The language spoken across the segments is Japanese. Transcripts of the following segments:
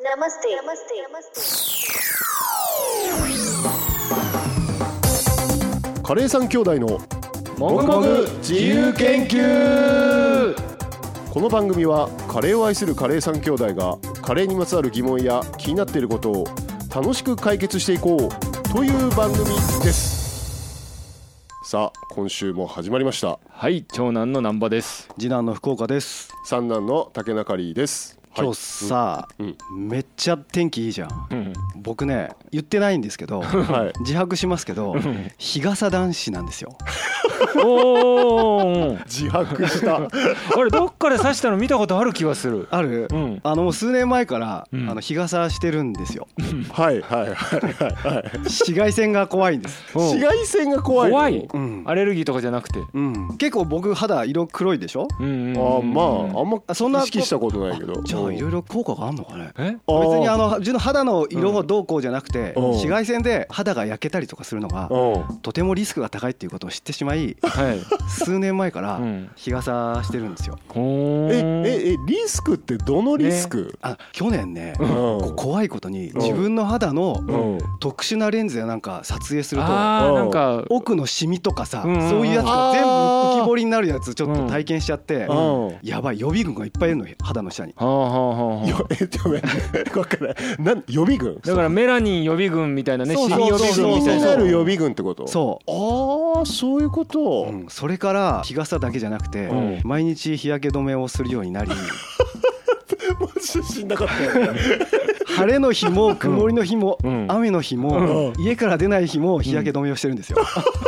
नमस्ते नमस्ते नमस्ते カレーさん兄弟のもぐもぐ自由研究この番組はカレーを愛するカレーさん兄弟がカレーにまつわる疑問や気になっていることを楽しく解決していこうという番組ですさあ今週も始まりましたはい長男の難波です次男の福岡です三男の竹中里ですはい今日さ、うんめっちゃ天気いいじゃん僕ね言ってないんですけ どはい自白しますけど日傘男子なんですよおー自白 したあれどっかで刺したの見たことある気がするある、んあのもう数年前から、うんあの日傘してるんですよはいはいはいはいはい紫外線が怖いんですうん紫外線が怖いの怖いうん、アレルギーとかじゃなくてうん、結構僕肌色黒いでしょうんうんあーまああんあそんなま意識したことないけどじゃあいろいろ効果があるのかねあえあー別にあの自分の肌の色をどうこうじゃなくて、うん紫外線で肌が焼けたりとかするのがうんとてもリスクが高いっていうことを知ってし まいはい数年前からうん日傘してるんですよ。ほえーんええリスクってどのリスク、あ去年ね、うんこ怖いことにん自分の肌うのん特殊なレンズでなんか撮影するとあうーんなんか奥のシミとかさうんうんうんそういうやつが全部浮き彫りになるやつちょっうとん体験しちゃってうんやばい予備軍がいっぱいいるのよ肌の下に。はあはあはあはあよえっとね分からないなん予備軍だからメラニン予備軍みたいなねシそうミそ予うそう備軍み気たいにななる予備軍ってことそうああそういうこと、うん、それから日傘だけじゃなくて、うん毎日日焼け止めをするようになり マジで死んだかったよね晴れの日も曇りの日も、うん雨の日も、家から出ない日も日焼け止めをしてるんですよ。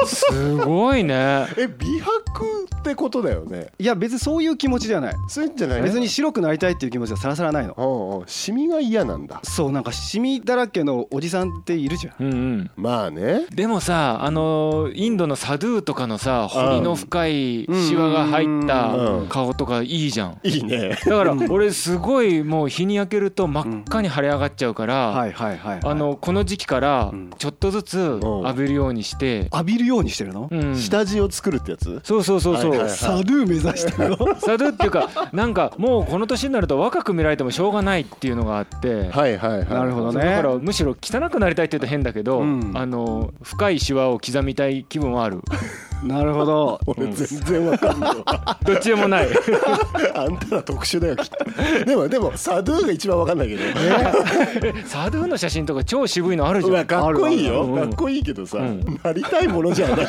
すごいねえ美白ってことだよねいや別にそういう気持ちではないそういうんじゃない別に白くなりたいっていう気持ちはさらさらないのうんうんシミが嫌なんだそうなんかシミだらけのおじさんっているじゃんうんうんまあねでもさあのインドのサドゥーとかのさ彫りの深いシワが入った顔とかいいじゃんいいねだから俺すごいもう日に焼けると真っ赤に腫れ上がっちゃうから、はいはいはい、はい、あのこの時期からうんちょっとずつ浴びるようにして、浴びるようにしてるの、うん下地を作るってやつそうそうそうそう、はいはいはいサルー目指してるのサドゥっていうかなんかもうこの年になると若く見られてもしょうがないっていうのがあって、はいはいはいなるほどねだからむしろ汚くなりたいって言うと変だけど、うんあの深いシワを刻みたい気分はある なるほど俺全然わかんないわどっちでもないあんたら特殊だよきっとでもでもサドゥが一番わかんないけど サドゥの写真とか超渋いのあるじうゃわんかっこいいよあるあるかっこいいけどさ、うんなりたいものじゃ ない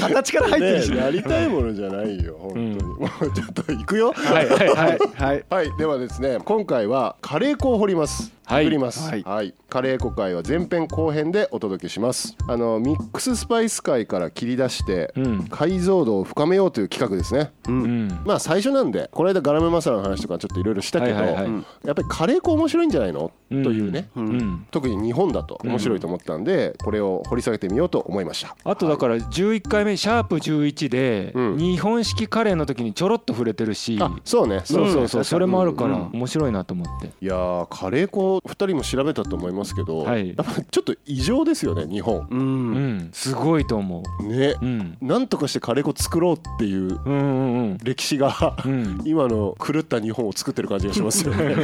形から入ってるしねねなりたいものじゃないよ本当に、うんもうちょっと行くよはいはいははい いはいはいではですね今回はカレー粉を掘りますはい作りますは、はいいカレー粉会は前編後編でお届けしますあのミックススパイス界から切り出して、うん解像度を深めようという企画ですねうんまあ最初なんでこの間ガラムマサラの話とかちょっといろいろしたけど、はいはいはいうんやっぱりカレー粉面白いんじゃないの、うんというね、うん特に日本だと面白いと思ったんで、これを掘り下げてみようと思いましたあとだから11回目シャープ11でうん日本式カレーの時にちょろっと触れてるしあそうねそうそうそううんそれもあるからうん面白いなと思っていやーカレー粉2人も調べたと思いますけど、はいやっぱちょっと異常ですよね日本う、うんんすごいと思ねううんなんとかしてカレー粉作ろうっていううんうん歴史が うんうん今の狂った日本を作ってる感じがしますよね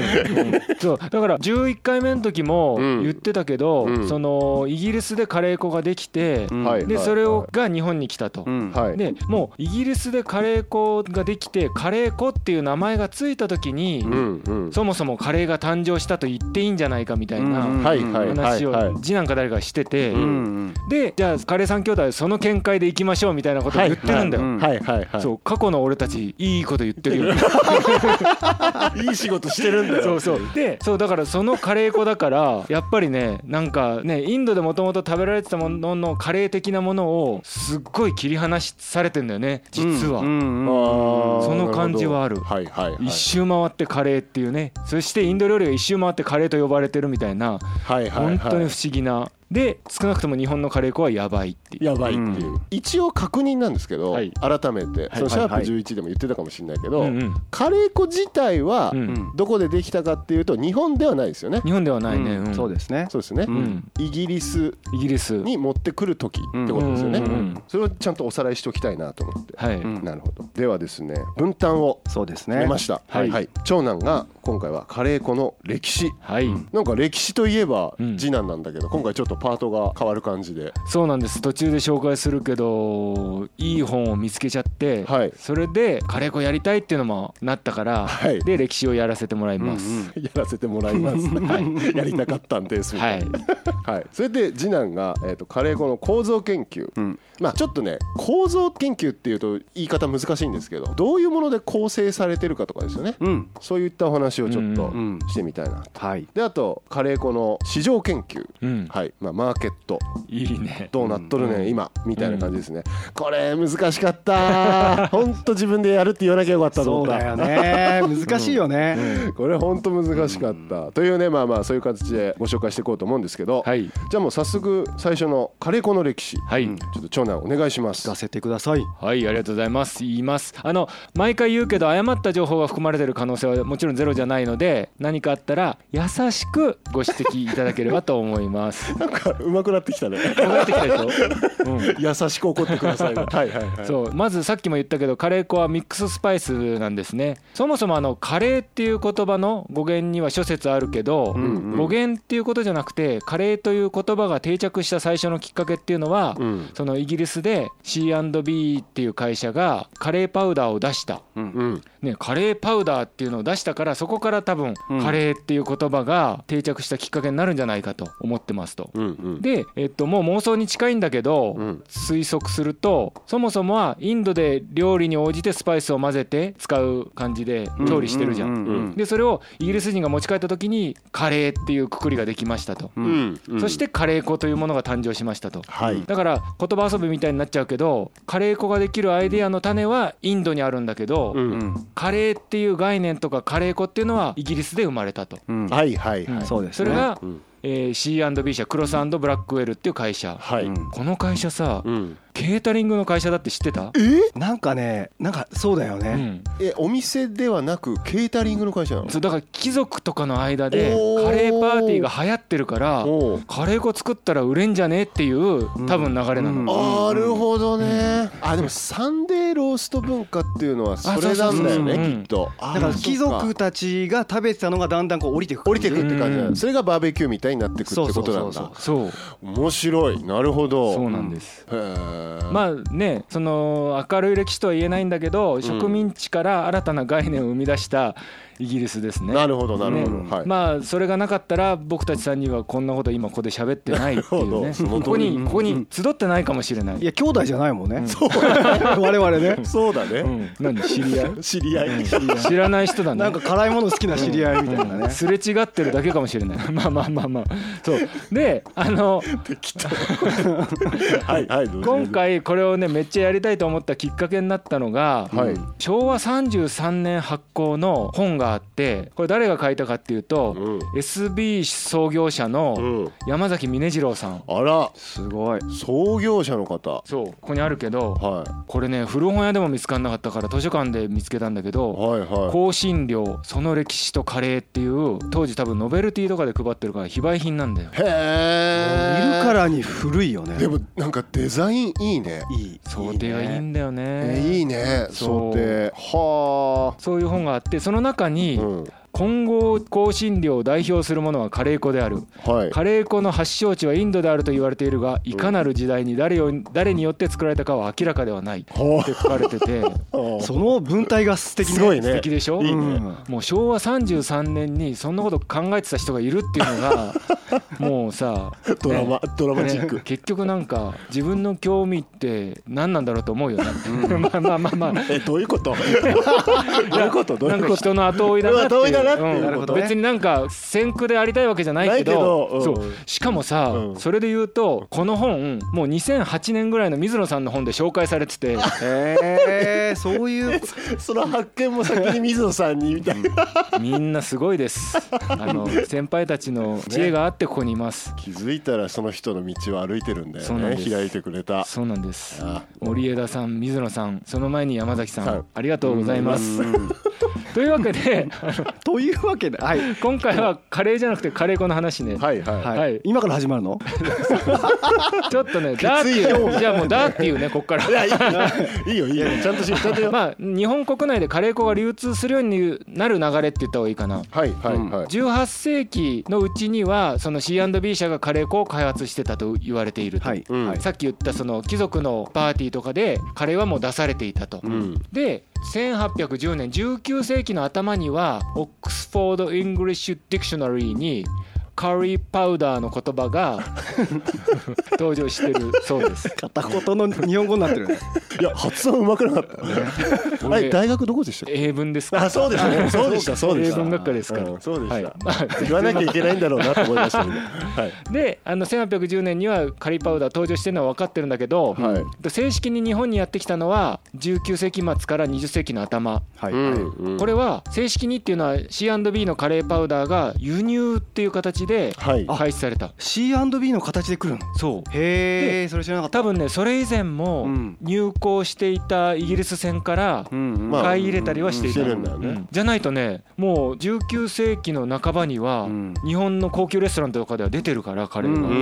そうだから11回目の時もうん言ってたけど、うんそのイギリスでカレー粉ができて、うんはいでそれをが日本に来たと、うんはいでもうイギリスでカレー粉ができてカレー粉っていう名前がついた時に、うんうんそもそもカレーが誕生したと言っていいんじゃないかみたいな、うんはいはいは話いをはい次男か誰かがしてて、うんうんでじゃあカレーさん兄弟その見解でいきましょうみたいなことを言ってるんだよ、はいうんはいはいはいそう過去の俺たちいいこと言ってる よねいい仕事してるんだそうそうでそうだからそのカレー粉だからやっぱりねなんかねインドでもともと食べられてたもののカレー的なものをすっごい切り離されてんだよね実は、あうんうんーその感じはあるはいはいはい一周回ってカレーっていうねそしてインド料理が一周回ってカレーと呼ばれてるみたいなはいはいはい本当に不思議な。で少なくとも日本のカレー粉はやばいっていうやばいっていう、う一応確認なんですけど、はい改めてそのシャープはい11でも言ってたかもしれないけど、うんうんカレー粉自体はうんどこでできたかっていうと日本ではないですよね、日本ではないね、うんそうでですねそうですね、ううん、イギリスイギリスに持ってくる時ってことですよね、うんうんうんうんそれをちゃんとおさらいしておきたいなと思って、はい、うんなるほどではですね分担をそうです決ねめました、はいはい、長男が今回はカレー粉の歴史はい、なんか歴史といえばうん次男なんだけど、今回ちょっとパートが変わる感じでそうなんです途中で紹介するけどいい本を見つけちゃって、はいそれでカレー粉やりたいっていうのもなったから、はいで歴史をやらせてもらいます、うんうんやらせてもらい ます、はい、やりたかったんですみはたいいな、はい、それで次男が、えー、とカレー粉の構造研究、うんまあちょっとね構造研究っていうと言い方難しいんですけどどういうもので構成されてるかとかですよね、うんそういったお話をちょっとうんうんしてみたいなと、はいであとカレー粉の市場研究うん、はい、まあ、マーケットいいねどうなっとるね、うんん、今みたいな感じですね、これ難しか ったほんと自分でやるって言わなきゃよかったとそ思うっただよね難しいよね、 これほんと難しかった、というねまあまあそういう形でご紹介していこうと思うんですけど、はいじゃあもう早速最初のカレー粉の歴史、はい、うんちょっと長男お願いします出せてくださいはいありがとうございます言いますあの毎回言うけど誤った情報が含まれてる可能性はもちろんゼロじゃないので何かあったら優しくご指摘いただければと思います なんかうまくなってき たね分かってきたでしょ、うん、優しく怒ってくださいはいはいはいそうまずさっきも言ったけどカレー粉はミックススパイスなんですねそもそもあのカレーっていう言葉の語源には諸説あるけど、んうん語源っていうことじゃなくてカレーという言葉が定着した最初のきっかけっていうのは、うんそのイギリスで C&B っていう会社がカレーパウダーを出した。うんね、カレーパウダーっていうのを出したからそこから多分うんカレーっていう言葉が定着したきっかけになるんじゃないかと思ってますと。うんうんで、えっと、もう妄想に近いんだけど、うん推測するとそもそもはインドで料理に応じてスパイスを混ぜて使う感じで調理してるじゃん。うんううんでそれをイギリス人が持ち帰った時にカレーっていうくくりができましたと、ううんんうんそしてカレー粉というものが誕生しましたとはいだから言葉遊びみたいになっちゃうけどカレー粉ができるアイデアの種はインドにあるんだけど、うんうんカレーっていう概念とかカレー粉っていうのはイギリスで生まれたと、うんはいはいうんはいそうですそねれが、うんえー C&B 社クロスブラックウェルっていう会社はいうんこの会社さ、うんケータリングの会社だって知ってた、なんかねなんかそうだようね、ん、えお店ではなくケータリングの会社なのそうだから貴族とかの間でおーカレーパーティーが流行ってるからおうカレー粉作ったら売れんじゃねっていう多分流れなの、うんあーなるほどね、あでもサンデーロースト文化っていうのはそれなんだよあそうそうそううねんきっとだから貴族たちが食べてたのがだんだんこう降りてく降りてくっるて感じなうんんだそれがバーベキューみたいになってくってことなんそうそうそうだそそう面白いなるほどそうなんです、へーまあねその明るい歴史とは言えないんだけど植民地から新たな概念を生み出したイギリスですねなるほどなるほど、ねはい、まあそれがなかったら僕たち3人はこんなこと今ここで喋ってないっていうなるねほどここにここに集ってないかもしれないいや兄弟じゃないもんね、そう 我々ねそうだうね、ん、何知り合い 知り合い、知らない人だねなんか辛いもの好きな知り合いみたいなねすれ違ってるだけかもしれない まあまあまあまあそうであの適当はいはいどうぞ今回これをねめっちゃやりたいと思ったきっかけになったのが、はい昭和33年発行の本があってこれ誰が書いたかっていうと、うん SB 創業者のうん山崎峰次郎さん、あらすごい創業者の方そうここにあるけどはこれね古本屋でも見つからなかったから図書館で見つけたんだけいどはいはい香辛料その歴史とカレーっていう当時多分ノベルティとかで配ってるから非売品なんだよへえ見るからに古いよねでもなんかデザインいいねいい想定はいいんだよねえいいねそ想う定はそういう本があってその中あにうん今後香辛料を代表するものはカレー粉であるはいカレー粉の発祥地はインドであると言われているがいかなる時代に誰よ誰によって作られたかは明らかではないっては書かれて てあその文体が素敵ねすごいね素敵でしょいいねうんもう昭和33年にそんなこと考えてた人がいるっていうの がもうさドラマねドラマチックね結局なんか自分の興味って何なんだろうと思うよね まあまあまあまあえどういうことどういうことどうないんうかこと人の後追いだなっていうわう後追いだなってうんいうことね別になんか先駆でありたいわけじゃないけどないけどうんそうしかもさ、うんそれで言うとこの本もう2008年ぐらいの水野さんの本で紹介され ててえー、そういうこその発見も先に水野さんにみたいなみんなすごいですあの先輩たちの知恵があってここにいます、気づいたらその人の道を歩いてるんだよそうなんねです開いてくれたそうなんですあ森枝さん水野さんその前に山崎さん、はいありがとうございます、 というわけで というわけで、はい、今回はカレーじゃなくてカレー粉の話ね、はいはい、はい、はい今から始まるの？ちょっとねだーっていうじゃあもうだーっていうねこ っからいやいいいいよいいよちゃんとしちゃんとよまあ日本国内でカレー粉が流通するようになる流れって言った方がいいかなはいはいはい、 18世紀のうちにはその C&B 社がカレー粉を開発してたと言われていると、はい、うんはい、さっき言ったその貴族のパーティーとかでカレーはもう出されていたと、うんで1810年19世紀の頭にはオックスフォード・イングリッシュ・ディクショナリーにカリーパウダーの言 葉が登場してるそうです片言の日本語になってるね。いや発音うまくなかったねあれ大学どこでしたっけ英文ですかあそうですね そうでしたそうで英した文学科ですから、うんそうでした、はい言わなきゃいけないんだろうなと思いました今はいであの1810年にはカリパウダー登場してるのは分かってるんだけど、はい正式に日本にやってきたのは19世紀末から20世紀の頭、はい、うんこれは正式にっていうのは C&B のカレーパウダーが輸入っていう形ではい廃止された C&B の形で来るの。そうへえ、それ知らなかった。多分ねそれ以前もうん入港していたイギリス船からうんうんまあ買い入れたりはしていた、してるんだよねうんじゃないとねもう19世紀の半ばにはうん日本の高級レストランとかでは出てるからカレーが、うんう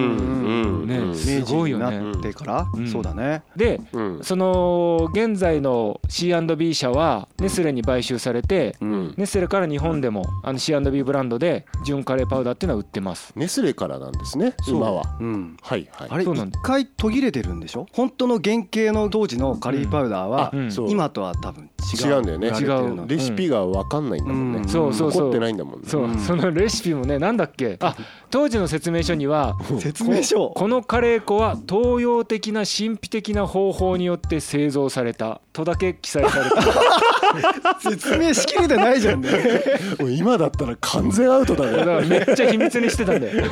んねうんすごいよね明治になってから、うんそうだね。でうんその現在の C&B 社はネスレに買収されてうんネスレから日本でもあの C&B ブランドで純カレーパウダーっていうのは売ってますネスレからなんですねそう今はうん。はいはいあれそうなん一だ回途切れてるんでしょ？本当の原型の当時のカリーパウダーは、うんあそう今とは多分違う。違うんだよね売られてるの違うレシピが分かんないんだもんね、うんそうそう残そってうないんだもんねそううんそのレシピもねなんだっけあ当時の説明書には説明書。このカレー粉は東洋的な神秘的な方法によって製造されたとだけ記載されてる説明しきれてないじゃんね。もう今だったら完全アウトだだかねらめっちゃ秘密にしてたん だよ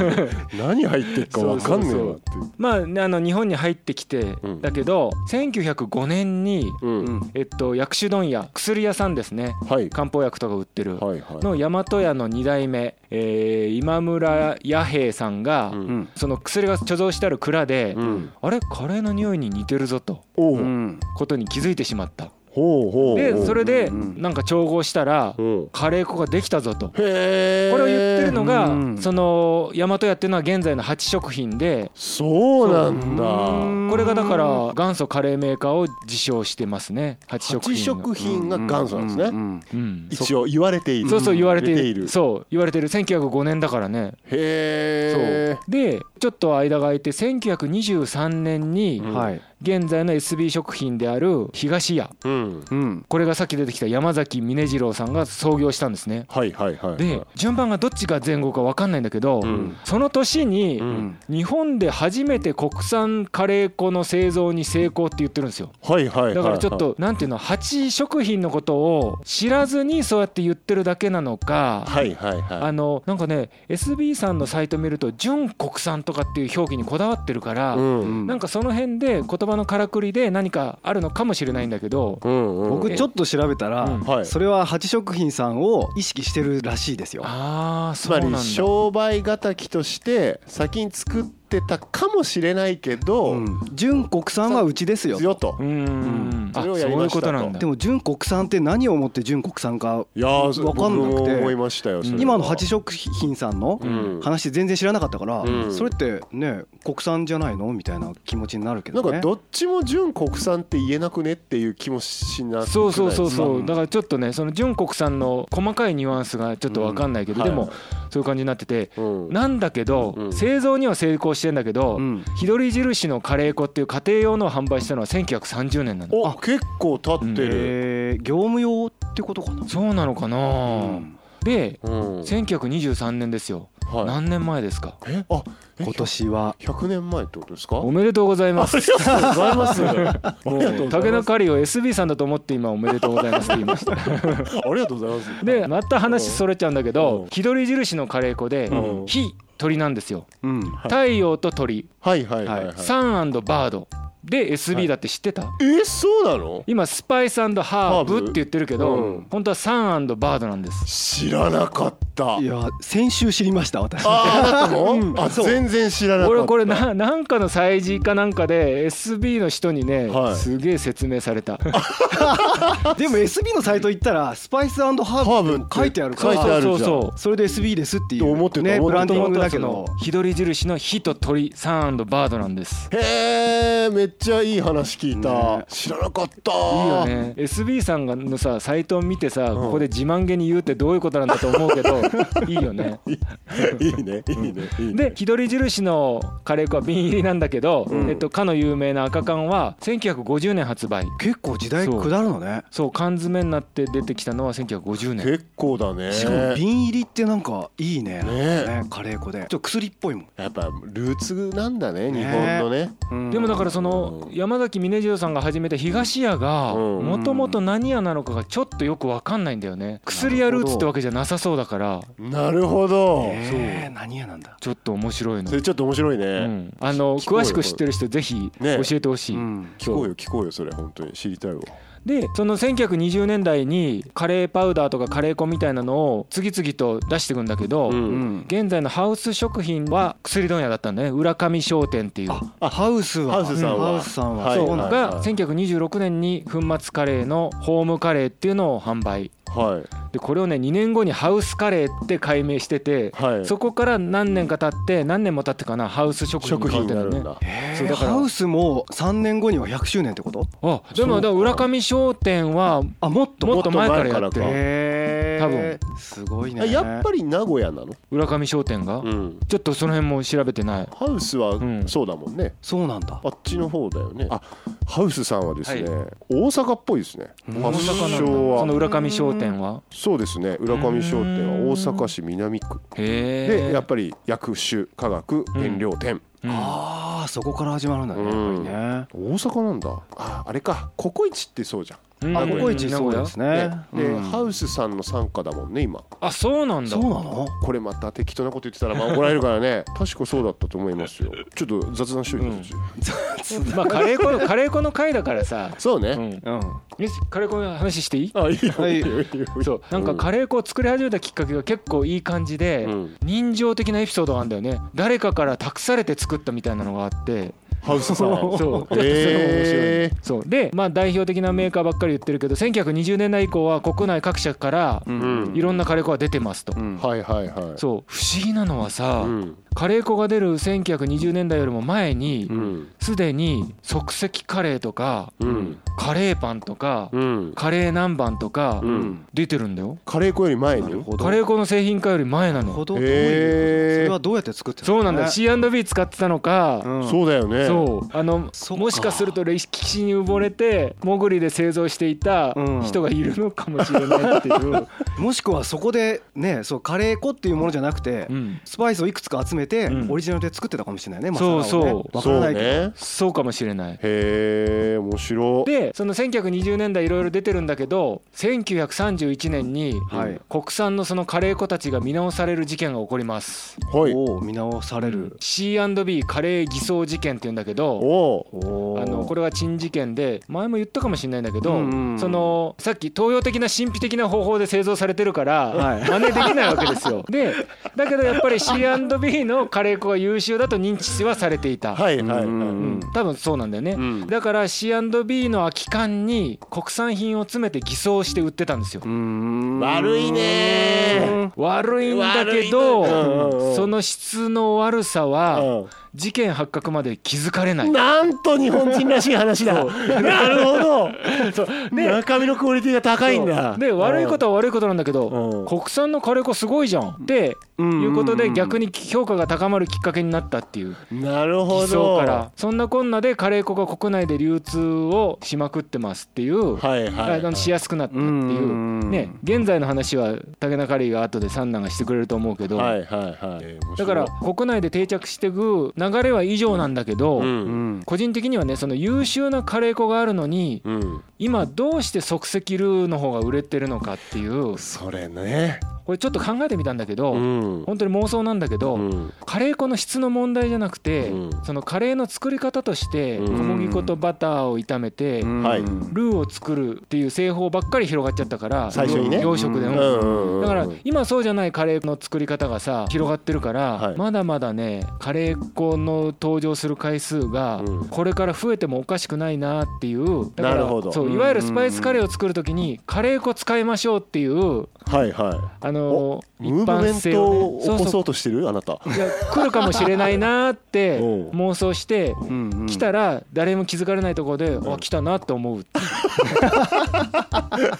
何入ってるか分かんねえわってまあねあの日本に入ってきてうんだけど1905年にううんんえっと薬種問屋薬屋さんですねはい漢方薬とか売ってるはいはの大和屋の2代目、えー今村弥平さんが、いうんうん。その薬が貯蔵してある蔵で、うんあれカレーの匂いに似てるぞとおううん。ことに気づいてしまったほうほうでそれでうんうんなんか調合したらほうカレー粉ができたぞと。へえこれを言ってるのが、うんその大和屋っていうのは現在の8食品でそうなんだこれがだから元祖カレーメーカーを自称してますね8食品八の食品が元祖なんですね、うんうん一応言われているそうそう言われている出るそう言われている1905年だからねへえでちょっと間が空いて1923年にうんはい。現在の SB 食品である東屋う、ん、うん。これがさっき出てきた山崎峰次郎さんが創業したんですねはいはいはいはいで順番がどっちが前後か分かんないんだけど、うんその年にうん日本で初めて国産カレー粉の製造に成功って言ってるんですよはいはいはいはいだからちょっとなんていうの8食品のことを知らずにそうやって言ってるだけなのかはいはいはあのなんかね SB さんのサイト見ると純国産とかっていう表記にこだわってるから、いうんなんかかその辺で言葉のからくりで何かあるのかもしれないんだけど、うんうん僕ちょっと調べたら、うんはいそれは八食品さんを意識してるらしいですよ。ああつそうまなんりだ商売敵として先に作ってたかもしれないけど、うん純国産はうちですよ。よとうーんあそれそをうやりいまうしたことなんだでも純国産って何をもって純国産かいやーわかんなくて僕も思いましたよそれは今の八食品さんのうん話全然知らなかったから、うんそれってね国産じゃないのみたいな気持ちになるけなどんね。かどっちも純国産って言えなくねっていう気もしなくないですかそうそうそうそう、うんだからちょっとねその純国産の細かいニュアンスがちょっと分かんないけど、うんでも、はいそういう感じになってて、うんなんだけど、うん製造には成功してんだけど、うん日取り印のカレー粉っていう家庭用のを販売したのは1930年なんだお結構立ってる、えー業務用ってことかな。そうなのかな、うんでうん1923年ですよはい何年前ですかえあえ今年は100年前ってことですかおめでとうございますありがとうございますもりがとうございますう竹中カリを SB さんだと思って今おめでとうございますって言い ましたありがとうございますでまた話それちゃうんだけうんど気取り印のカレー粉でうん火鳥なんですようん太陽と鳥はいはいはいはいサンバードで SB だって知ってた、えそうなの今スパイスハーブって言ってるけど、うん本当はサンバードなんです知らなかったいや先週知りました私ああなたも、うんあそう全然知らなかった俺これななんかの祭事かなんかで SB の人にね、はいすげえ説明されたでも SB のサイト行ったらスパイスハハーーブブっってて書いてあるか書いてあるそらうそうじそうそれで SB ですっていとう思ってたね思ってたブランディングだけもどともとはその火取り印の火と鳥サンバードなんですへえめっちゃいい話聞いた、ね知らなかったいいよね SB さんがのさサイトを見てさ、ここで自慢げに言うってどういうことなんだと思う けどいいよねいいねいいねいいねで「日取り印」のカレー粉は瓶入りなんだけど、うんえっと、かの有名な赤缶は1950年発売結構時代下るのねそう缶詰になって出てきたのは1950年結構だねしかも瓶入りってなんかいいねねねカレー粉でちょっと薬っぽいもんやっぱルーツなんだね日本のねうんでもだからそのうん山崎峰次郎さんが始めた東屋がうんもともと何屋なのかがちょっとよく分かんないんだよね薬屋ルーツってわけじゃなさそうだからなるほど、えー何屋なんだちょっと面白いのそ、れちょっと面白いね、うん、あの聞こうよ詳しく知ってる人ぜひね教えてほしい、うん聞こうよ聞こうよそれ本当に知りたいわでその1920年代にカレーパウダーとかカレー粉みたいなのを次々と出していくんだけど、うんうん現在のハウス食品は薬問屋だったんだね浦上商店っていうあハウスはハウスさんはハウスさんははいそうそうなんだが1926年に粉末カレーのホームカレーっていうのを販売はいでこれをね2年後にハウスカレーって改名してて、はいそこから何年か経って何年も経ってかなハウス食品に食変わ品っになるてるねんだへーそうだからハウスも3年後には100周年ってことあでもだから浦上商店はあもっともっと前からもっと前やってからかるーへ多分すごいあねやっぱり名古屋なの、浦上商店が、うん、ちょっとその辺も調べてないハウスはうんそうだもんね、そうなんだあっちの方だよねあハウスさんはですね、は大阪っぽいですね大発阪なんだ祥そのは浦上商店はそうですね浦上商店は大阪市南区へえでやっぱり薬種化学原料店、あーそこから始まるんだねやっうんぱ大阪なんだああれかココイチってそうじゃんうんりねあココイチ名そ古う屋ですねねで、うんハウスさんの傘下だもんね今あそうなんだそうなのこれまた適当なこと言ってたらまあ怒られるからね確かそうだったと思いますよちょっと雑談しといてほしい、 まあカレー粉のカレー粉の回だからさ、そうね、うん、うんよしカレー粉の話していいあいいよ、はいいいよいいよいいよそうなんかカレー粉を作り始めたきっかけが結構いい感じで、うん人情的なエピソードがあるんだよね誰かから託されて作ったみたいなのがあってハウスさん そうへ え そうでまあ代表的なメーカーばっかり言ってるけど1920年代以降は国内各社からんいろんなカレー粉が出てますと、うんはいはいはいそう不思議なのはさ、んカレー粉が出る1920年代よりも前に、うんすでに即席カレーとか、うんカレーパンとか、うんカレー南蛮とか、うん出てるんだよカレー粉より前なるにほどカレー粉の製品化より前ななるほのどどういうそへれえはどうやって作ってたそうなんだよね C&B 使ってたのか、うんそうだよねそうあのそっかもしかすると歴史に埋もれてモグリで製造していたうん人がいるのかもしれないって いう、もしくはそこでねそうカレー粉っていうものじゃなくてうんスパイスをいくつか集めてうんオリジナルで作ってたかもしれないねそうそうマサラをねわからないけどねそうかもしれないへえ面白でその1920年代いろいろ出てるんだけど1931年にはい国産のそのカレー粉たちが見直される事件が起こりますはいおお見直される C&B カレー偽装事件っていうんだけどおああのこれは珍事件で前も言ったかもしれないんだけど、うんうんそのさっき東洋的な神秘的な方法で製造されてるから、はい真似できないわけです よでだけどやっぱり C&B のカレー粉が優秀だと認知はされていた、はいはいはいうん多分そうなんだよね、うんだから C&B の空き缶に国産品を詰めて偽装して売ってたんですよ、悪いね悪いんだけ悪いんだけどうんうんうどんその質の悪さーはうん事件発覚まで気づかれないなんと日本人らしい話だなるほ どそう中身のクオリティが高いんだで悪いことは悪いことなんだけうんど国産のカレー粉すごいじゃんってういんうことで逆にに評価が高まるきっかけになったっていうなるほ偽装どからそんなこんなでカレー粉が国内で流通をしまくってますっていうはいはい、あはいの、しやすくなったってうんういうんうんね現在の話は竹中カリーが後で三男がしてくれると思うけどはいはいはいえー面白いだから国内で定着していく流れは以上なんだけど、うんうん個人的にはねその優秀なカレー粉があるのにうん今どうして即席ルーの方が売れてるのかっていうそれねこれちょっと考えてみたんだけど、うん本当に妄想なんだけど、うんカレー粉の質の問題じゃなくて、うんそのカレーの作り方として小うん麦粉とバターを炒めて、うんはいルーを作るっていう製法ばっかり広がっちゃったから最初にね洋食でうも、んうんうんだから今そうじゃないカレーの作り方がさ広がってるから、はいまだまだねカレー粉の登場する回数がうんこれから増えてもおかしくないなっていうだからなるほどそういわゆるスパイスカレーを作る時にカレー粉使いましょうっていうはいはあのい一ムーブメ般ン性トををね起こそううとしてるあなたそういや来るかもしれないなって おう妄想してうんうん来たら誰も気づかれないところで、あ来たなって思う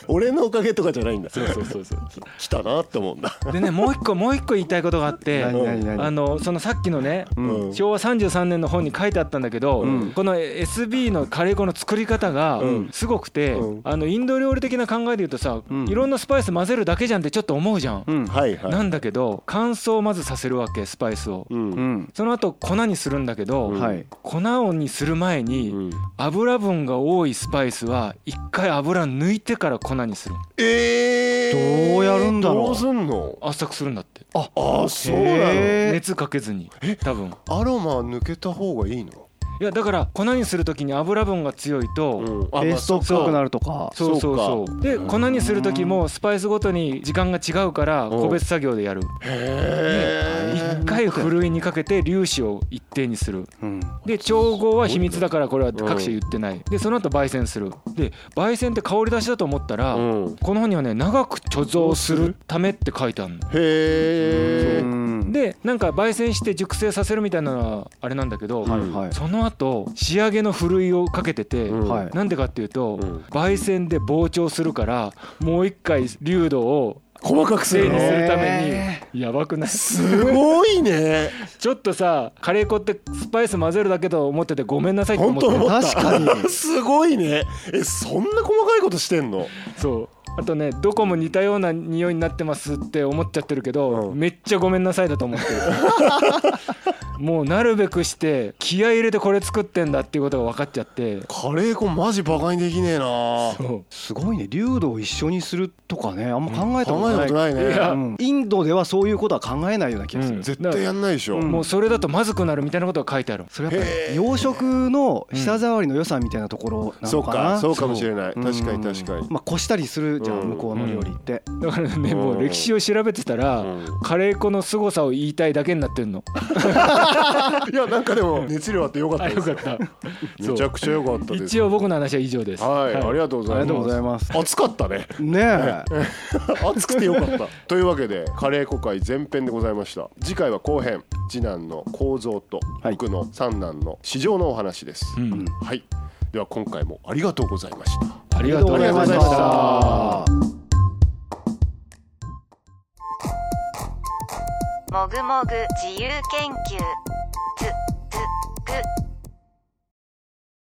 俺のおかげとかじゃないんだそうそうそうそう 来たなって思うんだでねもう一個もう一個言いたいことがあって何何何あのそのさっきのねうん昭和33年の本に書いてあったんだけど、うんこの SB のカレー粉の作り方がうんすごくて、うんあのインド料理的な考えで言うとさ、うんいろんなスパイス混ぜるだけじゃんってちょっと思うじゃん、うんはいはいなんだけど乾燥をまずさせるわけスパイスを、うんううんんその後粉にするんだけど、うんはい粉をにする前に、油分が多いスパイスは一回油抜いてから粉にするえーどうやるんだろうどうすんの圧搾するんだってあそうなのへえ熱かけずに多分アロマ抜けた方がいいのいやだから粉にする時に油分が強いと、うんペーストっぽくなるとかそうそうそうでうん粉にする時もスパイスごとに時間が違うからうん個別作業でやるへ一回ふるいにかけて粒子を一定にするうんで調合は秘密だからこれは各社言ってないでその後焙煎するで焙煎って香り出しだと思ったらえうこんの本にはね長く貯蔵するためって書いてあるの。へえうんでなんか焙煎して熟成させるみたいなのはあれなんだけどはいはいその後仕上げのふるいをかけててうんはいなんでかっていうと、うん焙煎で膨張するからもう一回粒度を細かくす整る理すのるためへにやばくない すごいねちょっとさカレー粉ってスパイス混ぜるだけと思っててごめんなさいって思本って当思った確かにすごいねえそんな細かいことしてんのそうあとねどこも似たような匂いになってますって思っちゃってるけど、うんめっちゃごめんなさいだと思ってる もうなるべくして気合い入れてこれ作ってんだっていうことが分かっちゃってカレー粉マジバカにできねえなそうすごいね流度を一緒にするとかねあんま考えたこ考えたことないとないいやねうんインドではそういうことは考えないような気がすうんる絶対やんないでしょうんもうそれだとまずくなるみたいなことが書いてあるそれはやっぱへえり洋食の舌触りの良さみたいなところなそのうかかなそうかもしれないうん確かに確かにまあこしたりするじゃうんん向こうの料理ってだからねもう歴史を調べてたら、うんカレー粉の凄さを言いたいだけになってんの。いやなんかでも熱量あってよかったあでよすかった。めちゃくちゃよかったです一応僕の話は以上です。はいありがとうごあざいりがとうごまざすいます暑かったねねえ暑くてよかったというわけでカレー粉会前編でございました次回は後編次男の構造とはい僕の三男の市場のお話ですうんはいでは今回もありがとうございましたありがとうございましありがとうございましたた。もぐもぐ自由研究